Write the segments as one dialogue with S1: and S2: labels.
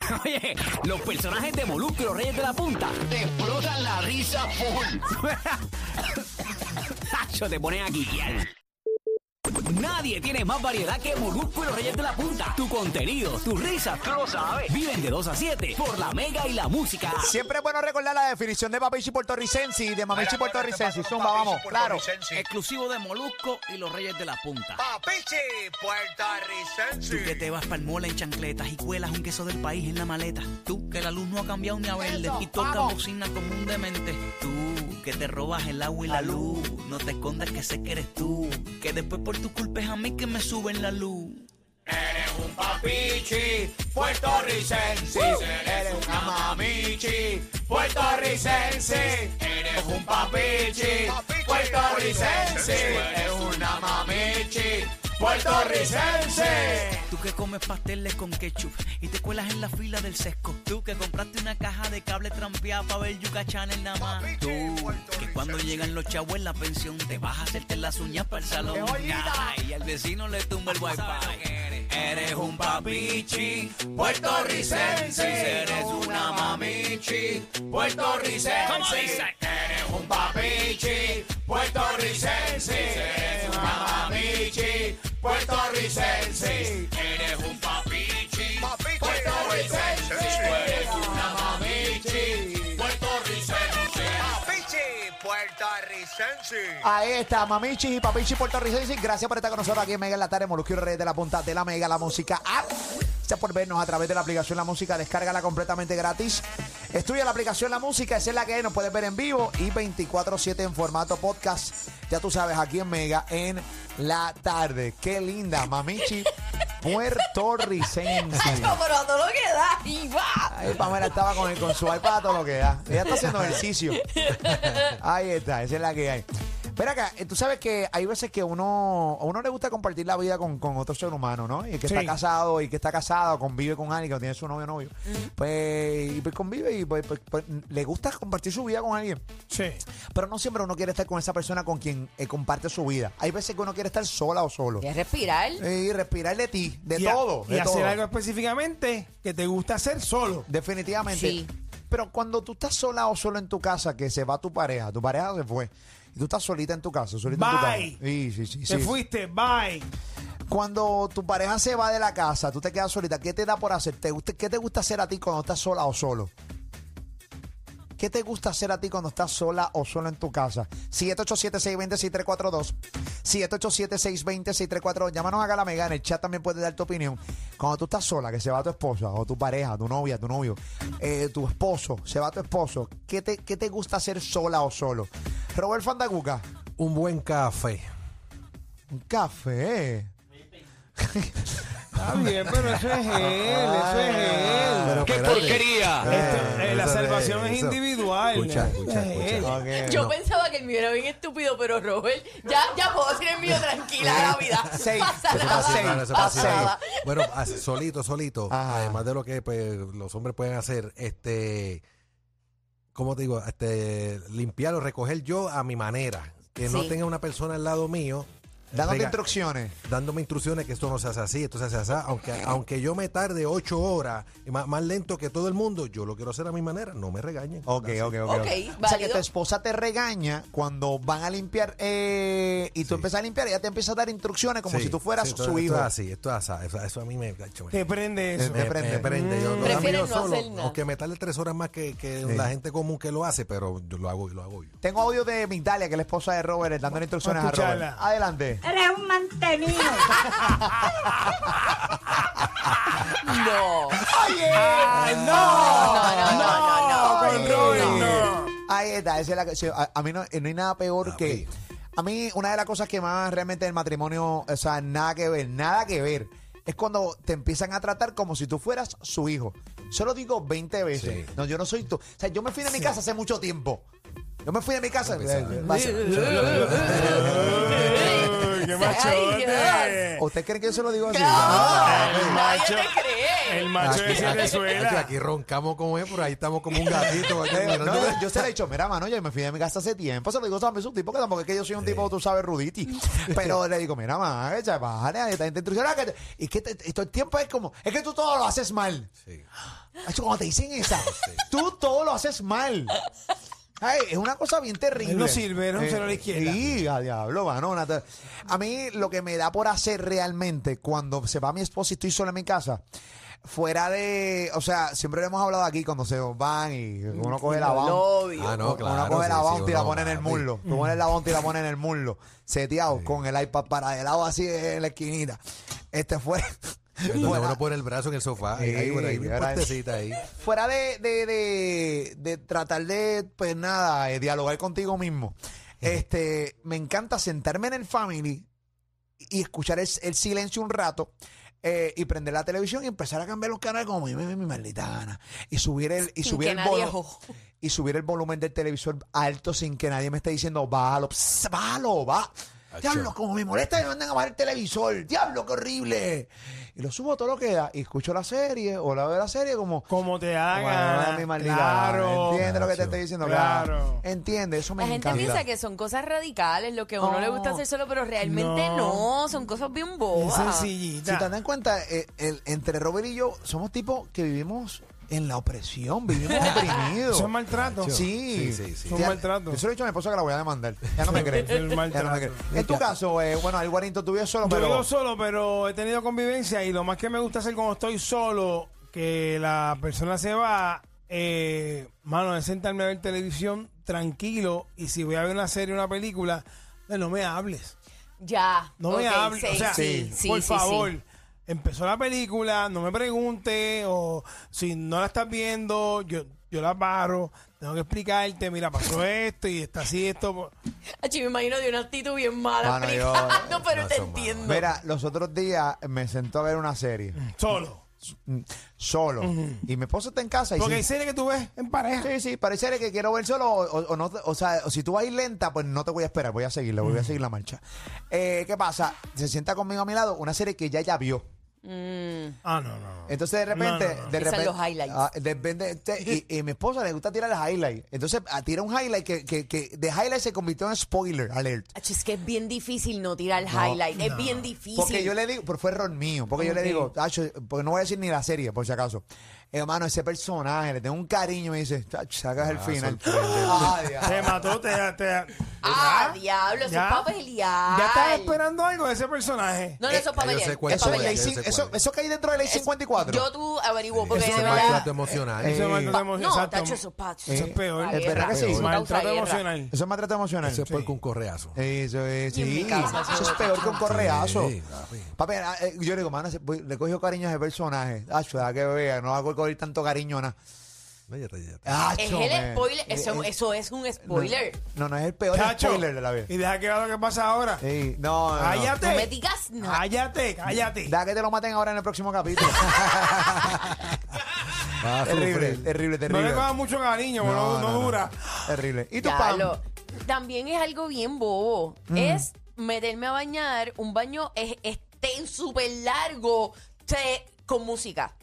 S1: Oye, los personajes de Molusco y los Reyes de la Punta.
S2: Te explotan la risa full.
S1: Tacho, te ponen a guiar. Nadie tiene más variedad que Molusco y los Reyes de la Punta. Tu contenido, tu risa, tú lo sabes. Viven de 2 a 7 por la mega y la música.
S3: Siempre es bueno recordar la definición de papichi puertorricense y de mamichi puertorricense. Zumba, vamos, claro.
S1: Eh,
S4: Exclusivo de Molusco y los Reyes de la Punta.
S2: Papichi
S4: Tú que te
S2: puertorricense.
S4: vas pa'l mola en chancletas y cuelas un queso del país en la maleta. Tú que la luz no ha cambiado ni a verde
S3: Eso,
S4: y toca
S3: vamos.
S4: bocina como un demente. Tú que te robas el agua y la luz. No te escondas que sé que eres tú. Que después por tu culpa es a mí que me suben la luz.
S2: Eres un papichi puertorricense. Eres una mamichi puertorricense. Eres un papichi puertorricense. Eres una mamichi puertorricense.
S4: Tú que comes pasteles con ketchup y te cuelas en la fila del sesco. Tú que compraste una caja de cable trampeada para ver Yuka Channel nada más. Tú que cuando llegan los chavos en la pensión te vas a hacerte las uñas para el salón. Ay, y al vecino le tumba el wifi. Eres un papichi
S2: puertorricense. Eres una mamichi puertorricense. Eres un papichi puertorricense. Eres una mamichi puertorricense. Eres un papichi puertorricense. Eres una mamichi puertorricense. Papichi puertorricense.
S3: Ahí está, mamichi y papichi puertorricense. Gracias por estar con nosotros aquí en Mega en la tarde, Molusco y los Reyes de la Punta de la Mega, la música app. Gracias por vernos a través de la aplicación La Música. Descárgala completamente gratis. Estudia la aplicación La Música, esa es la que es, nos puedes ver en vivo y 24-7 en formato podcast. Ya tú sabes, aquí en Mega en la tarde. Qué linda, mamichi puertorricense.
S5: Chacho, pero a todo lo que da, y va.
S3: Ahí Pamela estaba con, el- con su iPad a todo lo que da. Ella está haciendo ejercicio. Ahí está, esa es la que hay. Pero acá, eh, tú sabes que hay veces que uno, a uno le gusta compartir la vida con, con otro ser humano, ¿no? Y el que está casado, y el que está casado, convive con alguien, que tiene su novio o novio. Pues, y pues convive y pues, pues- pues, le gusta compartir su vida con alguien.
S6: Sí.
S3: Pero no siempre uno quiere estar con esa persona con quien eh, comparte su vida. Hay veces que uno quiere estar sola o solo.
S5: ¿Quieres respirar?
S3: Y respirar de ti, de
S6: y a-
S3: todo.
S6: Y
S3: de
S6: hacer
S3: todo.
S6: algo específicamente que te gusta hacer solo.
S3: Definitivamente.
S5: Sí.
S3: Pero cuando tú estás sola o solo en tu casa, que se va tu pareja, tu pareja se fue. Y tú estás solita en tu casa, solita en
S6: Bye.
S3: tu casa. Sí, sí, sí,
S6: Te
S3: sí.
S6: fuiste, bye.
S3: Cuando tu pareja se va de la casa, tú te quedas solita, ¿qué te da por hacer? ¿Te gusta- ¿Qué te gusta hacer a ti cuando estás sola o solo? ¿Qué te gusta hacer a ti cuando estás sola o solo en tu casa? 787-620-6342. 787-620-6342. Llámanos acá a la mega. En el chat también puedes dar tu opinión. Cuando tú estás sola, que se va tu esposa o tu pareja, tu novia, tu novio, eh, tu esposo, se va tu esposo. ¿Qué te, ¿Qué te gusta hacer sola o solo? Robert Fandaguca,
S7: Un buen café.
S3: un café.
S6: Está bien, pero eso es él, eso es él.
S7: Pero
S6: ¿Qué
S7: espérate.
S6: porquería? Esto- eh, la
S7: Ah, eso
S6: salvación
S7: de-
S6: es
S7: eso.
S6: individual.
S7: Escucha,
S6: Eso
S7: escucha,
S6: es
S3: Eh,
S7: escucha.
S6: él.
S3: Ok,
S5: Yo
S3: no.
S5: pensaba que el mío era bien estúpido, pero Robert, ya, ya puedo decir el mío tranquila la vida.
S3: Safe.
S5: Pasa
S3: Eso
S7: Eso
S3: Ah,
S7: pasa,
S3: sí,
S7: claro,
S5: nada,
S7: eso
S3: ah,
S7: pasa.
S5: pasa nada.
S7: Bueno, as- solito, solito.
S3: Ajá.
S7: Además de lo que pues, los hombres pueden hacer, este, ¿cómo te digo? Este, limpiar o recoger yo a mi manera. Que no
S5: Sí.
S7: tenga una persona al lado mío.
S3: Dándote
S7: rega-
S3: instrucciones.
S7: dándome instrucciones que esto no se hace así, esto se hace así. Aunque, aunque yo me tarde ocho horas, y más, más lento que todo el mundo, yo lo quiero hacer a mi manera. No me regañen.
S3: Ok, ok, ok.
S5: Ok,
S3: O sea, que
S5: válido.
S3: tu esposa te regaña cuando van a limpiar eh, y tú
S7: Sí.
S3: empiezas a limpiar, ella te empieza a dar instrucciones como
S7: Sí,
S3: si tú fueras
S7: sí, esto-
S3: su hijo.
S7: Esto es así, esto es así. Eso, eso a mí me... gacho, me-
S6: Te prende eso.
S3: Me
S7: me,
S3: prende.
S7: me prende. Yo lo
S5: Prefieren
S7: hago yo
S5: Mm. no
S7: solo,
S5: hacer nada.
S7: Aunque me tarde tres horas más que, que la gente común que lo hace, pero yo lo hago y lo hago yo.
S3: Tengo audio de Migdalia, que es la esposa de Robert, dándole instrucciones a
S6: Vamos a
S3: Robert.
S6: escucharla.
S3: Adelante.
S8: Eres un mantenido.
S5: No.
S6: ¡Ah, no!
S5: No, no, no,
S6: no,
S3: Ay,
S6: con Robert, no. Ah,
S3: Ahí está, esa es la que- sí, a, a mí no, no hay nada peor que... A mí una de las cosas que más realmente el matrimonio, o sea, nada que ver, nada que ver, es cuando te empiezan a tratar como si tú fueras su hijo. Yo lo digo 20 veces. No, yo no soy tú. O sea, yo me fui de mi casa hace mucho tiempo. Yo me fui de mi casa. Eh,
S5: ¡Qué macho!
S3: ¿Usted cree que yo se lo digo así?
S5: ¡Nadie te cree!
S6: El macho de
S7: aquí-
S6: Venezuela.
S7: aquí roncamos como es, por ahí estamos como un gatito. aquí
S3: Eh,
S7: mirando-
S3: no, yo, yo se le he dicho, mira, mano, yo me fui de mi casa hace tiempo. Se lo digo también a un tipo que tampoco es que yo soy un tipo, tú sabes, ruditi. Pero le digo, mira, man, echa, bájale, ahí está gente intrusiva. que- Y que te- y todo el tiempo es como, es que tú todo lo haces mal.
S7: Sí.
S3: Hacho, cuando te dicen esa, tú todo lo haces mal. Ay, es una cosa bien terrible. Eh,
S6: Él no sirve, no, se lo a la izquierda.
S3: Sí, a diablo, mano. una te- A mí lo que me da por hacer realmente cuando se va mi esposa y estoy sola en mi casa, fuera de, o sea, siempre lo hemos hablado aquí cuando se van y uno coge la van.
S5: Obvio.
S7: Ah, no, claro.
S3: uno coge la
S7: sí, sí,
S3: bounty y la
S7: uno,
S3: pone en el
S7: papi.
S3: muslo. Tú pones la bounty y la pones en el muslo. Seteado con el iPad para de lado así en la esquinita. Este fue.
S7: Entonces
S3: fuera-
S7: uno pone el brazo en el sofá.
S3: Sí,
S7: ahí por ahí, una
S3: ahora-
S7: puertecita ahí.
S3: fuera de, de, de- de tratar de, pues nada, eh, dialogar contigo mismo, este, me encanta sentarme en el family y escuchar el, el silencio un rato. eh, y prender la televisión y empezar a cambiar los canales como mi, mi, mi maldita gana. Y subir el, y
S5: Sin
S3: subir
S5: que
S3: el
S5: nadie
S3: volu-
S5: ojo.
S3: y subir el volumen del televisor alto sin que nadie me esté diciendo, bájalo, pss, bájalo, va. Diablo, como me molesta que me manden a bajar el televisor. Diablo, qué horrible. Y lo subo todo lo que da. Y escucho la serie o la veo la serie como...
S6: Como te
S3: Como
S6: hagan.
S3: era mi maldita.
S6: Claro.
S3: Entiende lo que te
S7: Nacho.
S3: estoy diciendo.
S6: Claro.
S3: Claro. Entiende, eso me
S5: La gente
S3: encanta.
S5: piensa que son cosas radicales, lo que a uno le gusta hacer solo, pero realmente
S6: No.
S5: no, son cosas bien
S6: Es
S5: bobas.
S3: Si te
S6: sencillita.
S3: das en cuenta, eh, el- entre Robert y yo somos tipos que vivimos en la opresión, vivimos oprimidos.
S6: Eso es maltrato.
S3: Sí,
S7: Sí, sí, sí.
S3: Ya-
S6: Son maltrato.
S3: Yo se lo he dicho a mi esposa que la voy a demandar. Ya no me cree.
S6: Son
S3: Ya no me cree.
S6: maltrato.
S3: En tu caso, eh, bueno, el guarito tú vives solo,
S6: Yo
S3: pero.
S6: vivo solo, pero he tenido convivencia y lo más que me gusta hacer cuando estoy solo, que la persona se va, eh, mano, es sentarme a ver televisión tranquilo y si voy a ver una serie, una película, eh, no me hables.
S5: Ya.
S6: No
S5: ok,
S6: me hables.
S5: sí,
S6: o sea,
S5: sí, sí,
S6: por
S5: sí, sí.
S6: favor. Empezó la película, no me pregunte, o si no la estás viendo, yo, yo la paro, tengo que explicarte, mira, pasó esto y está así esto.
S5: Achi, me imagino de una actitud bien mala.
S3: Mano, yo-
S5: explicando, pero
S7: no,
S5: te
S7: son
S5: entiendo.
S3: Mira, los otros días me sentó a ver una serie
S6: Solo.
S3: mm, solo y mi esposa está en casa y
S6: Porque hay
S3: sí,
S6: series que tú ves en pareja.
S3: Sí, sí, pareciera que quiero ver solo o, o- o no, o sea, o si tú vas a ir lenta, pues no te voy a esperar, voy a seguirla, voy a seguir la marcha. Eh, ¿Qué pasa? Se sienta conmigo a mi lado una serie que ya ya vio.
S6: Ah, no, no. no.
S3: Entonces de repente,
S6: No, no, no.
S3: de
S5: Empiezan
S3: repente,
S5: los highlights.
S3: Ah, de repente, este, y, y mi esposa le gusta tirar los highlights. Entonces ah, tira un highlight que, que, que de highlight se convirtió en spoiler alert.
S5: Achi, es que es bien difícil no tirar el highlight. Es bien difícil.
S3: Porque yo le digo, pero fue error mío, porque yo le digo, "Tacho", porque no voy a decir ni la serie, por si acaso. Hermano, ese personaje, le tengo un cariño y me dice, "Tacho, sacas el final. Ah, diablo.
S6: Te mató, te. te
S5: Ah,
S6: ¿Ya?
S5: diablo, eso
S6: ¿Ya?
S5: es papelear.
S6: ¿Ya estás esperando algo de ese personaje?
S5: No, no,
S3: Eh,
S5: eso es
S7: Ya yo
S5: papelear.
S7: sé cuál
S5: es
S3: Eso,
S7: Papel
S3: es ley
S5: papelear.
S7: es.
S3: cin-
S7: Ese
S3: eso,
S7: cuadro.
S3: eso que hay dentro de ley 54.
S5: Yo tú averiguo, porque
S7: Eso
S5: de
S7: es
S5: verdad.
S7: maltrato emocional.
S6: Eso es
S3: eh,
S6: maltrato emocional.
S5: No,
S6: exacto.
S5: Tacho, eso es pacho.
S6: Eso es peor.
S5: Es
S3: verdad que sí.
S6: Maltrato emocional.
S3: Eso es maltrato emocional.
S7: Eso es porque un correazo.
S3: Eso es,
S5: Y en mi
S3: sí.
S5: casa,
S3: Eso es
S5: sí.
S3: peor que un correazo.
S7: Sí, papi.
S3: Papi, ah, eh, yo le digo, mano, ese- voy- le cogió cariño a ese personaje. Acho, da que vea, no hago coger tanto cariño a nada.
S7: No, ya te- ya te-
S3: Ah.
S5: Es
S3: Acho,
S5: el
S3: man.
S5: spoiler.
S3: Eh,
S5: Eso,
S3: eh,
S5: eso es un spoiler.
S3: No, no es el peor
S6: Chacho,
S3: spoiler de la vida.
S6: Y deja que vea lo que pasa ahora.
S3: Sí, no, no, no.
S6: Cállate.
S5: No me digas nada.
S6: Cállate, cállate.
S3: Da que te lo maten ahora en el próximo capítulo.
S7: Vas a
S3: terrible,
S7: sufrir.
S3: terrible,
S6: No
S3: terrible.
S6: le cojas mucho cariño, no, no,
S3: no, no.
S6: dura.
S3: Terrible. ¿Y tu
S5: Ya,
S3: pan?
S5: lo- también es algo bien bobo. Es meterme a bañar. Un baño es, estén súper largo te- con música.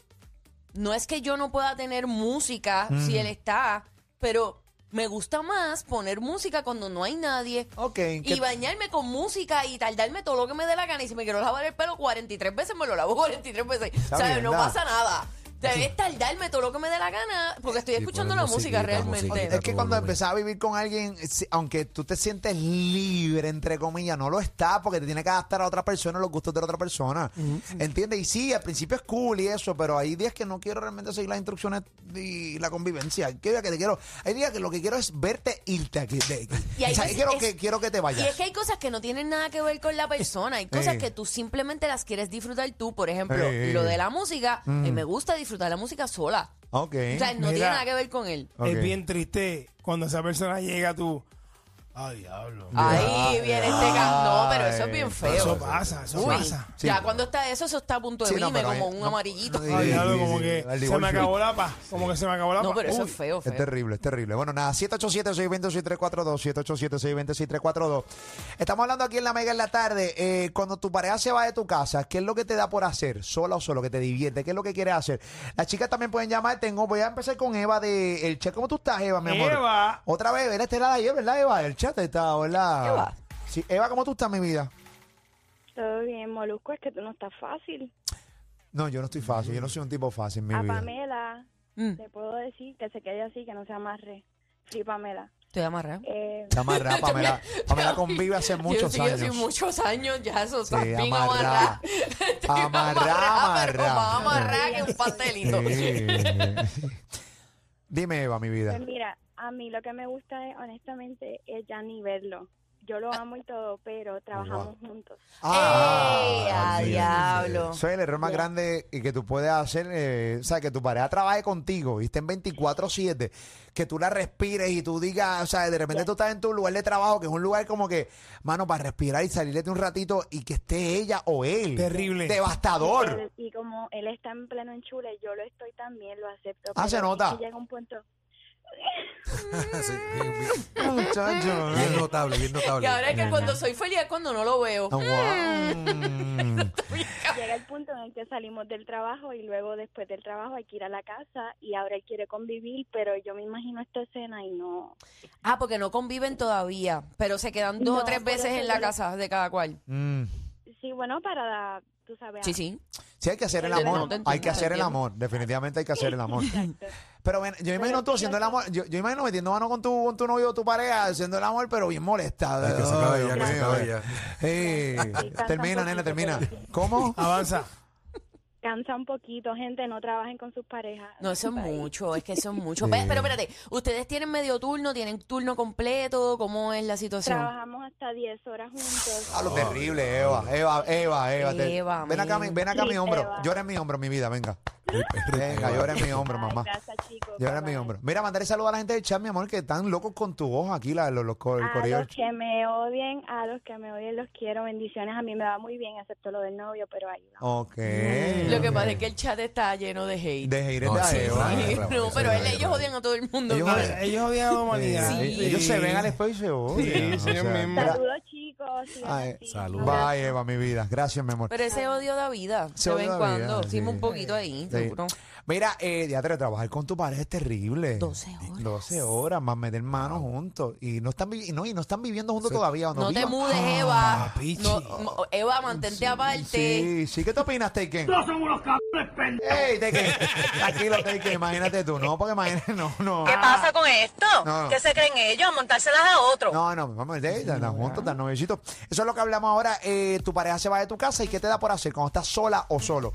S5: No es que yo no pueda tener música si él está, pero me gusta más poner música cuando no hay nadie.
S3: Ok.
S5: Y
S3: ¿qué-
S5: bañarme con música y tardarme todo lo que me dé la gana. Y si me quiero lavar el pelo 43 veces, me lo lavo 43 veces.
S3: Está
S5: o sea,
S3: bien,
S5: no
S3: da.
S5: pasa nada. Debes tardarme todo lo que me dé la gana porque estoy
S7: Sí,
S5: escuchando
S7: poner
S5: la música
S7: musiquita,
S5: realmente.
S7: musiquita.
S3: Es que
S7: todo
S3: cuando
S7: volumen.
S3: empezás a vivir con alguien, si- aunque tú te sientes libre, entre comillas, no lo estás porque te tienes que adaptar a otra persona, los gustos de la otra persona. ¿Entiendes? Y sí, al principio es cool y eso, pero hay días que no quiero realmente seguir las instrucciones y la convivencia. Hay días que te quiero, hay días que lo que quiero es verte irte aquí. de aquí.
S5: Y hay
S3: O sea,
S5: veces-
S3: quiero,
S5: es-
S3: que, quiero que te vayas.
S5: Y es que hay cosas que no tienen nada que ver con la persona. Hay cosas
S3: Eh.
S5: que tú simplemente las quieres disfrutar tú. Por ejemplo,
S3: Eh, eh,
S5: lo
S3: eh.
S5: de la música.
S3: Mm.
S5: eh, me gusta disfrutar la música sola.
S3: Ok.
S5: O sea, no tiene
S6: Mira.
S5: nada que ver con él.
S3: Ok.
S6: Es bien triste cuando esa persona llega tú. Ah, diablo.
S5: Ahí viene este can- No, pero eso es bien feo.
S6: Eso pasa, eso
S5: Uy,
S6: pasa.
S3: Sí,
S5: ya
S3: pero-
S5: cuando está eso, eso está a punto de
S3: Sí, no,
S5: irme
S3: pero
S5: como
S3: es-
S5: un
S3: no-
S5: amarillito.
S3: no
S6: Ah, diablo,
S3: Sí, sí,
S6: como
S3: sí,
S6: que
S3: al
S6: se
S3: igual
S6: me
S3: que-
S6: acabó la paz. Como que se me acabó la paz.
S5: No, pero eso
S6: Uy.
S5: es feo,
S3: Es
S5: feo.
S3: terrible, es terrible. Bueno, nada, 787-620-6342, 787-620-6342. Estamos hablando aquí en La Mega en la tarde. Eh, cuando tu pareja se va de tu casa, ¿qué es lo que te da por hacer? ¿Sola o solo? ¿Que te divierte? ¿Qué es lo que quieres hacer? Las chicas también pueden llamar. Tengo, voy a empezar con Eva de El Chat. ¿Cómo tú estás, Eva, mi amor?
S6: Eva.
S3: Otra vez, era este lado ayer, ¿verdad, Eva? El chat está, ¿verdad?
S5: Eva.
S3: Sí, Eva, ¿cómo tú estás, mi vida?
S8: Todo bien, Molusco, es que tú no estás fácil.
S3: No, yo no estoy fácil, yo no soy un tipo fácil, mi
S8: a
S3: vida.
S8: Ah, Pamela
S5: Mm,
S8: le puedo decir que se quede así, que no se amarre. Sí, Pamela.
S5: estoy amarrado.
S8: Eh,
S3: Está amarrada, Pamela. Pamela convive hace muchos
S5: yo, sí,
S3: años.
S5: Yo sí, muchos años ya, eso está
S3: Sí,
S5: bien
S3: amarrada.
S5: amarrado.
S3: Amarrada,
S5: Pero más amarrada que un pastelito.
S3: Sí. Dime, Eva, mi vida.
S8: pues mira, a mí lo que me gusta es, honestamente, es ya ni verlo. Yo lo amo y todo, pero trabajamos juntos.
S3: Ah,
S5: ¡Ey! ¡A
S3: Dios.
S5: diablo!
S3: Eso es el error más grande y que tú puedes hacer, eh, o sea, que tu pareja trabaje contigo y esté en 24-7, que tú la respires y tú digas, o sea, de repente tú estás en tu lugar de trabajo, que es un lugar como que, mano, para respirar y salirle de un ratito y que esté ella o él.
S6: Terrible.
S3: Devastador.
S8: Él- y como él está en pleno enchule, yo lo estoy también, lo acepto.
S3: Ah, se
S8: pero
S3: nota.
S8: sí que Llega un punto.
S7: Sí, bien, bien-
S3: Muchacho.
S7: bien notable, bien
S5: Y
S7: notable.
S5: ahora es que cuando soy feliz es cuando no lo veo.
S3: No, wow.
S8: Llega el punto en el que salimos del trabajo y luego después del trabajo hay que ir a la casa y ahora él quiere convivir, pero yo me imagino esta escena y no.
S5: Ah, porque no conviven todavía, pero se quedan dos o
S8: No,
S5: tres
S8: por
S5: veces
S8: eso
S5: en
S8: yo
S5: la
S8: le-
S5: casa de cada cual.
S3: Mm.
S8: Sí, bueno, para, tú sabes.
S5: Sí, sí.
S3: Sí, hay que hacer el
S5: No,
S3: amor.
S5: no te entiendo,
S3: hay que
S5: te
S3: hacer el
S5: entiendo.
S3: amor. Definitivamente hay que hacer el amor. Pero ven, yo imagino
S8: Pero
S3: tú haciendo el amor. Yo, yo imagino metiendo mano con tu, con tu novio o tu pareja, haciendo el amor, pero bien molesta.
S7: Ay, que se acabe ya,
S3: Ay,
S7: que se
S3: Dios
S7: acabe
S3: mío.
S7: ya.
S3: Eh,
S8: Están
S3: termina,
S8: tan
S3: nena,
S8: poquitos,
S3: termina.
S8: pero-
S3: ¿Cómo? Ah,
S6: Avanza.
S8: Cansa un poquito, gente, no trabajen con sus parejas.
S5: No, eso es
S8: Bye.
S5: mucho, es que eso es mucho. Ve, Pero espérate, ¿ustedes tienen medio turno, tienen turno completo? ¿Cómo es la situación?
S8: Trabajamos hasta 10 horas juntos.
S3: A lo terrible, Eva. Eva, Eva, Eva. te-
S5: Eva,
S3: ven acá, mi,
S5: men.
S3: ven acá a mi
S8: Sí,
S3: hombro.
S8: Eva.
S3: Llora en mi hombro, mi vida, venga.
S7: Ripe, ripe,
S3: Venga,
S7: Eva.
S3: llora en mi hombro,
S8: Ay,
S3: mamá.
S8: gracias, chicos.
S3: Llora en mi
S8: Bye, bye.
S3: hombro. Mira, mandaré saludos a la gente del chat, mi amor, que están locos con tu voz aquí, la, los, los, el
S8: A
S3: corillo.
S8: Ah, los que me odien, a los que me odien los quiero, bendiciones. A mí me va muy bien, excepto lo del novio, pero ahí vamos.
S3: Ok.
S5: Lo que pasa es que el chat está lleno de hate.
S3: De ir
S7: No,
S3: a
S7: sí,
S3: Eva.
S7: sí.
S5: Sí,
S7: Bravo,
S5: no,
S7: eso
S5: pero
S7: es
S5: él-
S7: verdad.
S5: ellos odian a todo el mundo.
S3: Ellos
S6: No,
S5: ¿no?
S3: odian.
S6: ellos odian a la humanidad. este,
S3: Eh, Ellos se ven al espejo y se odian.
S6: Sí, ellos mismos.
S3: mira,
S8: Saludos, chicos. sigan
S3: ay,
S8: así.
S7: saludos.
S3: Bye, Eva, mi vida. Gracias, mi amor.
S5: Pero ese odio da vida,
S3: Ese
S5: de
S3: odio
S5: vez en
S3: da vida,
S5: cuando.
S3: sí.
S5: Hicimos un poquito ahí,
S3: Sí.
S5: seguro.
S3: Mira, eh, ya te trabajar con tu pareja es terrible.
S5: 12 horas.
S3: 12 horas más meter manos juntos. Y no están, vi- y no, y no están viviendo juntos todavía. cuando
S5: No te
S3: vivan-
S5: mudes, Eva.
S6: Pichi.
S5: No, no, Eva, mantente aparte.
S3: Sí, sí, ¿qué te opinas, Taken? No son unos cabrones pendejos. Ey, Taken, tranquilo, Taken, imagínate tú, no, porque imagínate, no, no.
S9: ¿Qué
S5: Ah.
S9: pasa con esto?
S3: No.
S9: ¿Qué se creen ellos? ¿A montárselas a otro?
S3: No, no, vamos, de están juntos, están noviecitos. Eso es lo que hablamos ahora. Eh, tu pareja se va de tu casa y ¿qué te da por hacer cuando estás sola o solo?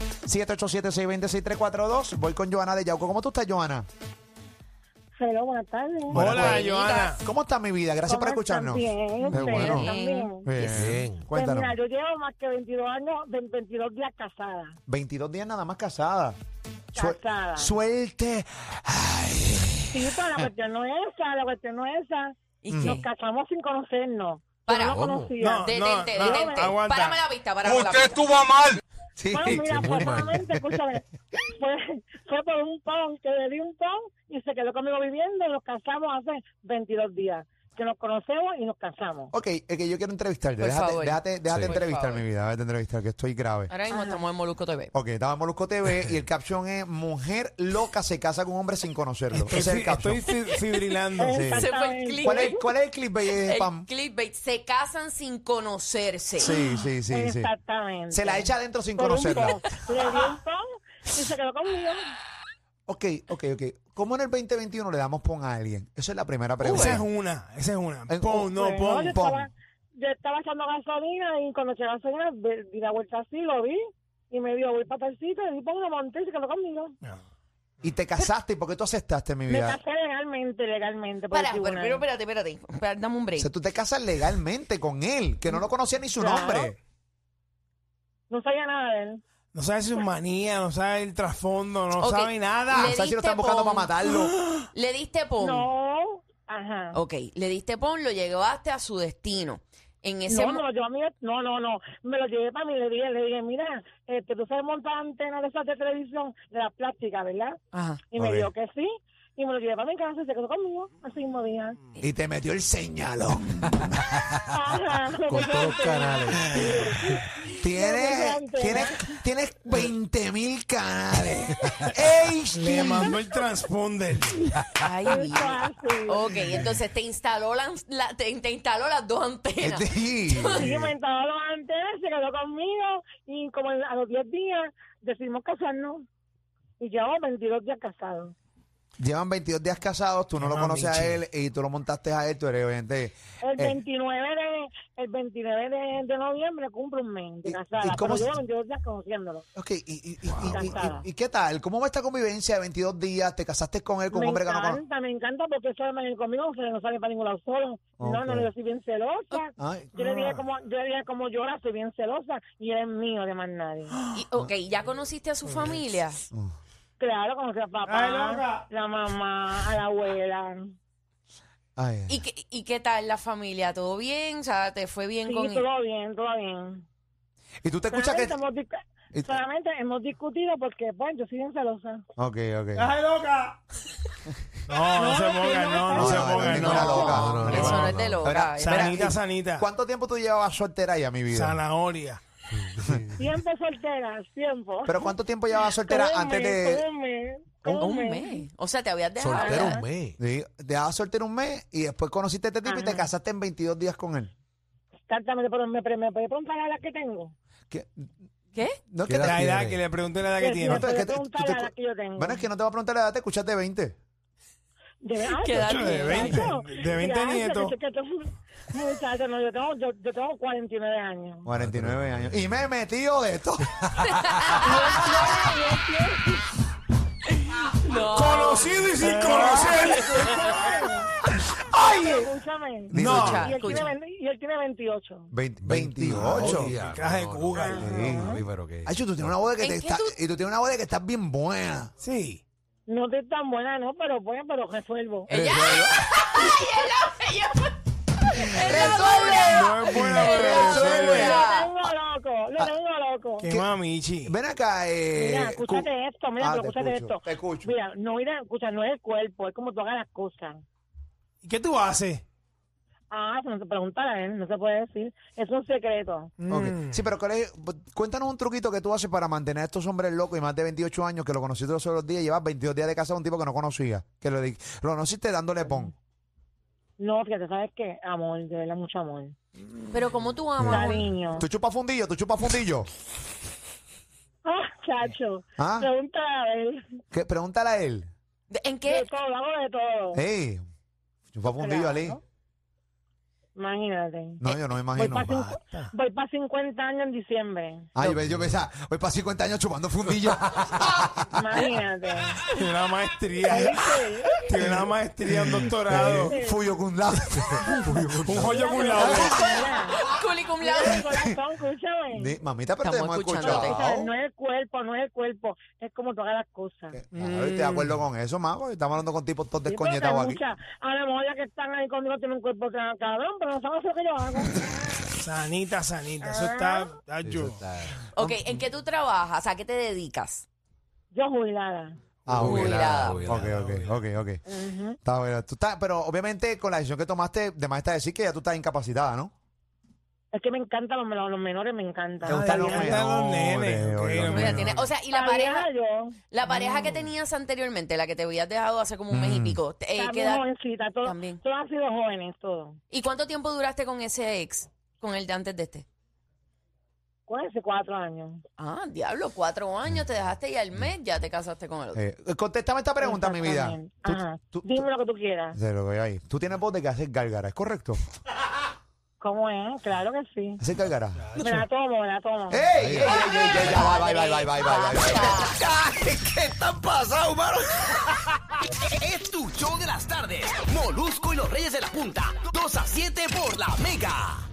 S3: 787-620-6342. Voy con Joana de Yauco. ¿Cómo tú estás, Joana?
S8: Hello, buenas tardes.
S6: Hola,
S3: pues,
S5: Buenas,
S6: Joana.
S3: ¿Cómo está mi vida? Gracias por
S8: ¿Cómo están?
S3: escucharnos.
S8: Bien,
S3: Qué
S8: ustedes
S3: bueno.
S7: Bien.
S8: también. Pues
S3: Cuéntanos.
S8: mira, yo llevo más que 22 años, 22 días casada.
S3: 22 días nada más casada. Suel-
S8: Casada.
S3: Suelte.
S8: Sí, pero la cuestión no es esa, la cuestión no es esa.
S5: ¿Y
S8: Nos
S5: qué?
S3: Mm.
S8: casamos sin conocernos.
S5: Para.
S8: Yo no
S7: ¿Cómo?
S8: conocía.
S6: No,
S5: Detente,
S6: no,
S5: detente.
S6: aguanta.
S5: Párame la pista, párame la pista.
S7: Sí,
S8: Bueno, mira,
S7: sí,
S8: fue
S7: muy mal.
S8: solamente, escúchame, fue, fue por un pan, que le di un pan y se quedó conmigo viviendo, nos casamos hace 22 días, que nos conocemos y nos casamos.
S3: Ok, es que yo quiero entrevistarte.
S5: Por
S3: déjate
S5: favor.
S3: déjate, déjate
S7: Sí.
S3: entrevistar,
S5: favor.
S3: mi vida. Déjate entrevistar, que estoy grave.
S5: Ahora mismo estamos en Molusco TV.
S3: Ok, estaba en Molusco TV y el caption es Mujer loca se casa con un hombre sin conocerlo. Ese
S6: Estoy,
S3: es el
S6: fi-
S3: caption.
S6: estoy fi- fibrilando.
S3: Sí.
S5: Ese fue el clip.
S3: ¿Cuál es, ¿Cuál es el clip, eh,
S5: El
S3: Pam?
S5: clickbait. Se casan sin conocerse.
S3: Sí, sí, sí, sí.
S8: Exactamente.
S3: Se la echa adentro sin
S8: Por un pan,
S3: conocerla.
S8: Le di un pan y se quedó conmigo.
S3: Ok, ok, ok. ¿Cómo en el 2021 le damos pon a alguien? Esa es la primera
S6: Esa es
S3: pregunta.
S6: una, esa es una.
S3: Eh,
S6: Pon, no, pon.
S8: Bueno, yo,
S3: pon.
S8: Estaba, yo estaba echando gasolina y cuando eché gasolina ve- di la vuelta así, lo vi y me dio, voy para tal sitio, le di para una monte y se quedó conmigo.
S3: Y te casaste, ¿y por qué tú aceptaste mi
S8: Me
S3: vida?
S8: casé legalmente, legalmente. por el
S5: Para, pero,
S8: tribunal.
S5: pero espérate, espérate. Espera, Dame un
S3: O
S5: break.
S3: sea, tú te casas legalmente con él, que no lo conocía ni su
S8: Claro.
S3: nombre.
S8: No sabía nada de él.
S6: No sabe sus manías, no sabe el trasfondo, no
S5: Ok.
S6: sabe nada.
S5: Le
S3: O sea, si lo
S5: diste
S3: están buscando
S5: pon.
S3: para matarlo.
S5: Le diste pon.
S8: No, Ajá.
S5: Ok, le diste pon, lo llevaste a su destino. En ese
S8: no,
S5: mo-
S8: no, yo a mí, no, no, no, me lo llevé para mí, le dije, le dije, mira, este, tú sabes montar antenas de esas de televisión, de las plásticas, ¿verdad?
S5: Ajá.
S8: Y me
S7: Ok.
S8: dijo que sí, y me lo llevé para mi casa y se quedó conmigo, así mismo día.
S3: Y te metió el señalón.
S8: Ajá. "Este,
S7: Con todos los canales.
S3: Tienes,
S8: Impresionante,
S3: tienes, tienes 20 mil canales. HD.
S6: Le mandó el transponder.
S5: Ay,
S8: Eso
S5: mira.
S8: así.
S5: Ok, entonces te instaló, la, la- te, te instaló las dos antenas.
S3: Sí.
S8: Y me instaló los antenas, se quedó conmigo, y como a los 10 días decidimos casarnos, y llevamos 22 días casados.
S3: Llevan 22 días casados, tú no lo
S6: Ah,
S3: conoces a
S6: Michi.
S3: él y tú lo montaste a él, tú eres obviamente.
S8: El
S3: eh,
S8: 29 de, el 29 de, de noviembre cumple un mes
S3: ¿Y-
S8: de
S3: y
S8: casada,
S3: cómo
S8: pero
S3: se-
S8: llevo 22 días conociéndolo.
S3: ok, y, y- y- y- y-
S8: Casada.
S3: y qué tal? ¿Cómo va esta convivencia de 22 días? ¿Te casaste con él, con
S8: me
S3: un hombre que no
S8: encanta,
S3: conoces?
S8: me encanta porque eso además conmigo se no sale para ningún lado solo. No, no,
S3: Ok. Ah,
S8: yo soy bien celosa.
S3: Ay,
S8: Yo le dije como, yo le dije como llora, soy bien celosa y él es mío de más nadie.
S5: Y, ok, ¿ya conociste a su familia?
S8: Claro, como sea
S6: Ay,
S3: Ah.
S6: loca.
S8: papá, la mamá, a la abuela.
S3: ay,
S5: ¿Y qué, ¿Y qué tal la familia? ¿Todo bien? O sea, ¿te fue bien
S8: Sí,
S5: con él?
S8: todo bien, todo bien.
S3: Y tú te escuchas que.
S8: solamente, hemos discu-
S3: y-
S8: solamente hemos discutido porque, pues, yo soy bien celosa.
S3: Ok, ok.
S6: ¡Ay, loca! No, no se pongan, no, no se
S3: no, no,
S6: pongan, no.
S3: ninguna loca. No,
S5: Eso no,
S7: no,
S5: es de
S7: no.
S5: loca.
S3: Ahora,
S5: es
S3: ¿sabes?
S5: verdad.
S6: Sanita, sanita.
S3: ¿Cuánto tiempo tú llevabas soltera ya, mi vida?
S6: Zanahoria.
S8: Siempre soltera, siempre.
S3: ¿Pero cuánto tiempo llevabas soltera
S8: Como un
S3: antes
S8: mes,
S3: de.?
S8: como un mes, como
S5: Un
S8: un mes.
S5: mes. Oh, O sea, te habías dejado.
S7: Soltero
S5: ¿verdad?
S7: un mes.
S3: Sí, dejabas soltera un mes y después conociste a este tipo y te
S8: Ajá.
S3: casaste en 22 días con él.
S8: Exactamente, pero me, pero me puede preguntar a la que tengo.
S3: ¿Qué?
S5: ¿Qué?
S3: No, es que
S7: ¿Qué edad
S3: te-
S6: La edad,
S7: tiene?
S6: que le pregunté la edad
S8: Que
S6: que
S8: si
S6: tiene.
S8: me
S3: Entonces,
S8: puede
S3: ¿qué te-
S8: preguntar
S3: tú te
S8: a la que yo tengo.
S3: Bueno, es que no te voy a preguntar la edad, te escuchaste 20.
S7: Ah,
S8: De, ay,
S5: ¿Qué edad
S8: muchacho,
S5: tiene?
S6: De
S8: muchacho,
S6: 20, de 20
S8: muchacho,
S6: nietos.
S8: que- que- que- muchacho, no, yo tengo, yo, yo tengo 49 años.
S3: 49 años. Y me he metido de esto.
S6: Conocido y sin conocer.
S8: Ay, escúchame.
S6: No.
S5: Escucha,
S8: Y él, tiene,
S5: escucha.
S8: 20 y él tiene 28.
S3: 28.
S7: Ya,
S6: Caja de
S7: no, no,
S6: Cuba.
S7: no, no, papi, pero qué.
S3: Ay, tú tienes una voz de que
S5: ¿En
S3: te
S5: qué
S3: está,
S5: tú-
S3: y tú tienes una voz de que estás bien buena.
S6: Sí.
S8: No estoy tan buena, no, pero bueno, pero resuelvo.
S5: ¡Ella! ¡Ay, ella! ella-
S6: No es buena, pero
S3: Resuelve.
S6: resuelve.
S5: Ah.
S8: Lo tengo loco, lo tengo loco.
S6: Qué mamichi.
S3: Ven acá, eh.
S8: Mira, escúchate
S3: cu-
S8: esto, mira,
S3: Ah,
S8: pero
S3: te
S8: escúchate
S3: escucho,
S8: esto.
S3: Te escucho.
S8: Mira, no, mira, escucha, no es el cuerpo, es como tú hagas las cosas.
S6: ¿Y qué tú haces?
S8: Ah, eso no se pregunta a él, no se puede decir. Es un secreto.
S3: mm, Ok.
S7: Mm.
S3: Sí, pero ¿cuál es- cuéntanos un truquito que tú haces para mantener a estos hombres locos y más de 28 años que lo conociste los otros días y llevas 22 días de casa a un tipo que no conocía. Que lo, di- lo conociste dándole pon.
S8: No, fíjate, ¿sabes qué? Amor, de verdad, mucho amor.
S5: Pero como tú amas, amor?
S8: Cariño.
S3: Tú chupas fundillo, tú chupas fundillo.
S8: Ah, chacho.
S3: ¿Ah?
S8: Pregúntale a él.
S3: ¿Qué? Pregúntale a él.
S5: ¿De- ¿En
S8: De
S5: qué?
S8: todo, hago de todo.
S3: Ey, chupa fundillo,
S8: Claro.
S3: Ali.
S8: Imagínate.
S3: No, yo no me
S8: Voy
S3: imagino. Ah,
S8: para voy pa 50 años en diciembre.
S3: Ay, yo, yo pensaba, voy para 50 años chupando fundillo.
S8: Imagínate.
S6: Tiene una maestría.
S8: ¿Viste?
S6: Tiene una maestría, un doctorado.
S3: Eh, Fuyo con
S6: Un joyo con la otra.
S8: Mira,
S5: Culicum
S8: mira,
S5: labios.
S8: corazón, escúchame.
S3: Di- Mamita, pero te
S5: Estamos
S3: hemos
S5: escuchando.
S8: Pero, ¿sabes?
S3: escuchado.
S8: No es el cuerpo, no es el cuerpo. Es como todas las cosas.
S3: Eh, claro,
S5: Mm.
S3: estoy de acuerdo con eso, mago. Estamos hablando con tipos todos
S8: Sí, porque hay
S3: descoñetados aquí.
S8: muchas- a lo mejor las que están ahí conmigo tienen un cuerpo ca- cabrón, pero no saben lo que yo hago.
S6: Sanita, sanita. Eso está. está yo.
S5: Ok, ¿en qué tú trabajas? ¿A qué te dedicas?
S8: Yo jubilada.
S3: Ah, ok.
S5: Jubilada.
S3: Ok, ok, ok, ok. Está bueno. Tú estás, pero obviamente con la decisión que tomaste, de más está decir que ya tú estás incapacitada, ¿no?
S8: Es que me encantan los, los menores, me encantan.
S3: Te gustan los
S6: Me encantan los
S3: menores,
S6: nenes,
S3: oye,
S6: ok,
S3: los
S6: los
S5: Mira,
S3: menores.
S5: tiene- o sea, y la
S8: La vieja
S5: pareja,
S8: yo,
S5: la pareja que tenías anteriormente, la que te habías dejado hace como un mes y pico, te- eh,
S8: también
S5: ¿qué edad-
S8: jovencita, todo-
S5: También.
S8: todos han sido jóvenes, todos.
S5: ¿Y cuánto tiempo duraste con ese ex? Con el de antes de este.
S8: ¿Cuál es cuatro años?
S5: Ah, diablo, cuatro años, te dejaste y al mes ya te casaste con el otro.
S3: Eh, contéstame esta pregunta, mi vida.
S8: Exactamente.
S3: Tú-
S8: Ajá.
S3: tú- tú-
S8: Dime lo que tú quieras.
S3: Se lo veo ahí. Tú tienes voz de que haces gárgara, ¿es correcto?
S8: ¿Cómo es? Claro que sí.
S3: ¿Haces gárgara?
S8: Me la tomo, me la tomo.
S3: ¡Ey! ¡Ey, ey, ey, ey! ya, va, bye, bye, bye, bye, bye, bye, bye.
S1: ¿Qué están pasando, mano? Es tu show de las tardes. Molusco y los Reyes de la Punta. 2 a 7 por la Mega.